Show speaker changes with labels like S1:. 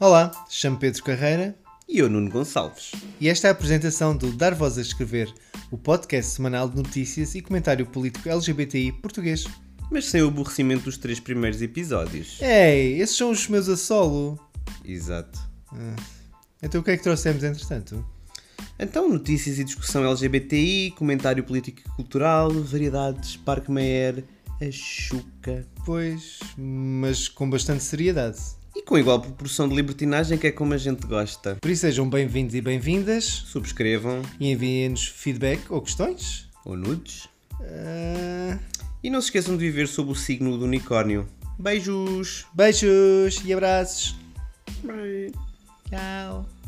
S1: Olá, chamo Pedro Carreira
S2: E eu, Nuno Gonçalves.
S1: e esta é a apresentação do Dar Voz a Escrever, o podcast semanal de notícias e comentário político LGBTI português.
S2: Mas sem o aborrecimento dos três primeiros episódios.
S1: Ei, esses são os meus a solo.
S2: Exato.
S1: Então o que é que trouxemos entretanto?
S2: Então, notícias e discussão LGBTI, comentário político e cultural, variedades, Parque Mayer, a Xuca.
S1: Pois, mas com bastante seriedade.
S2: E com igual proporção de libertinagem que é como a gente gosta.
S1: Por isso sejam bem-vindos e bem-vindas
S2: Subscrevam,
S1: e enviem-nos feedback ou questões.
S2: ou nudes.
S1: Ah,
S2: E não se esqueçam de viver sob o signo do unicórnio. Beijos!
S1: beijos e abraços.
S2: Bye.
S1: Tchau.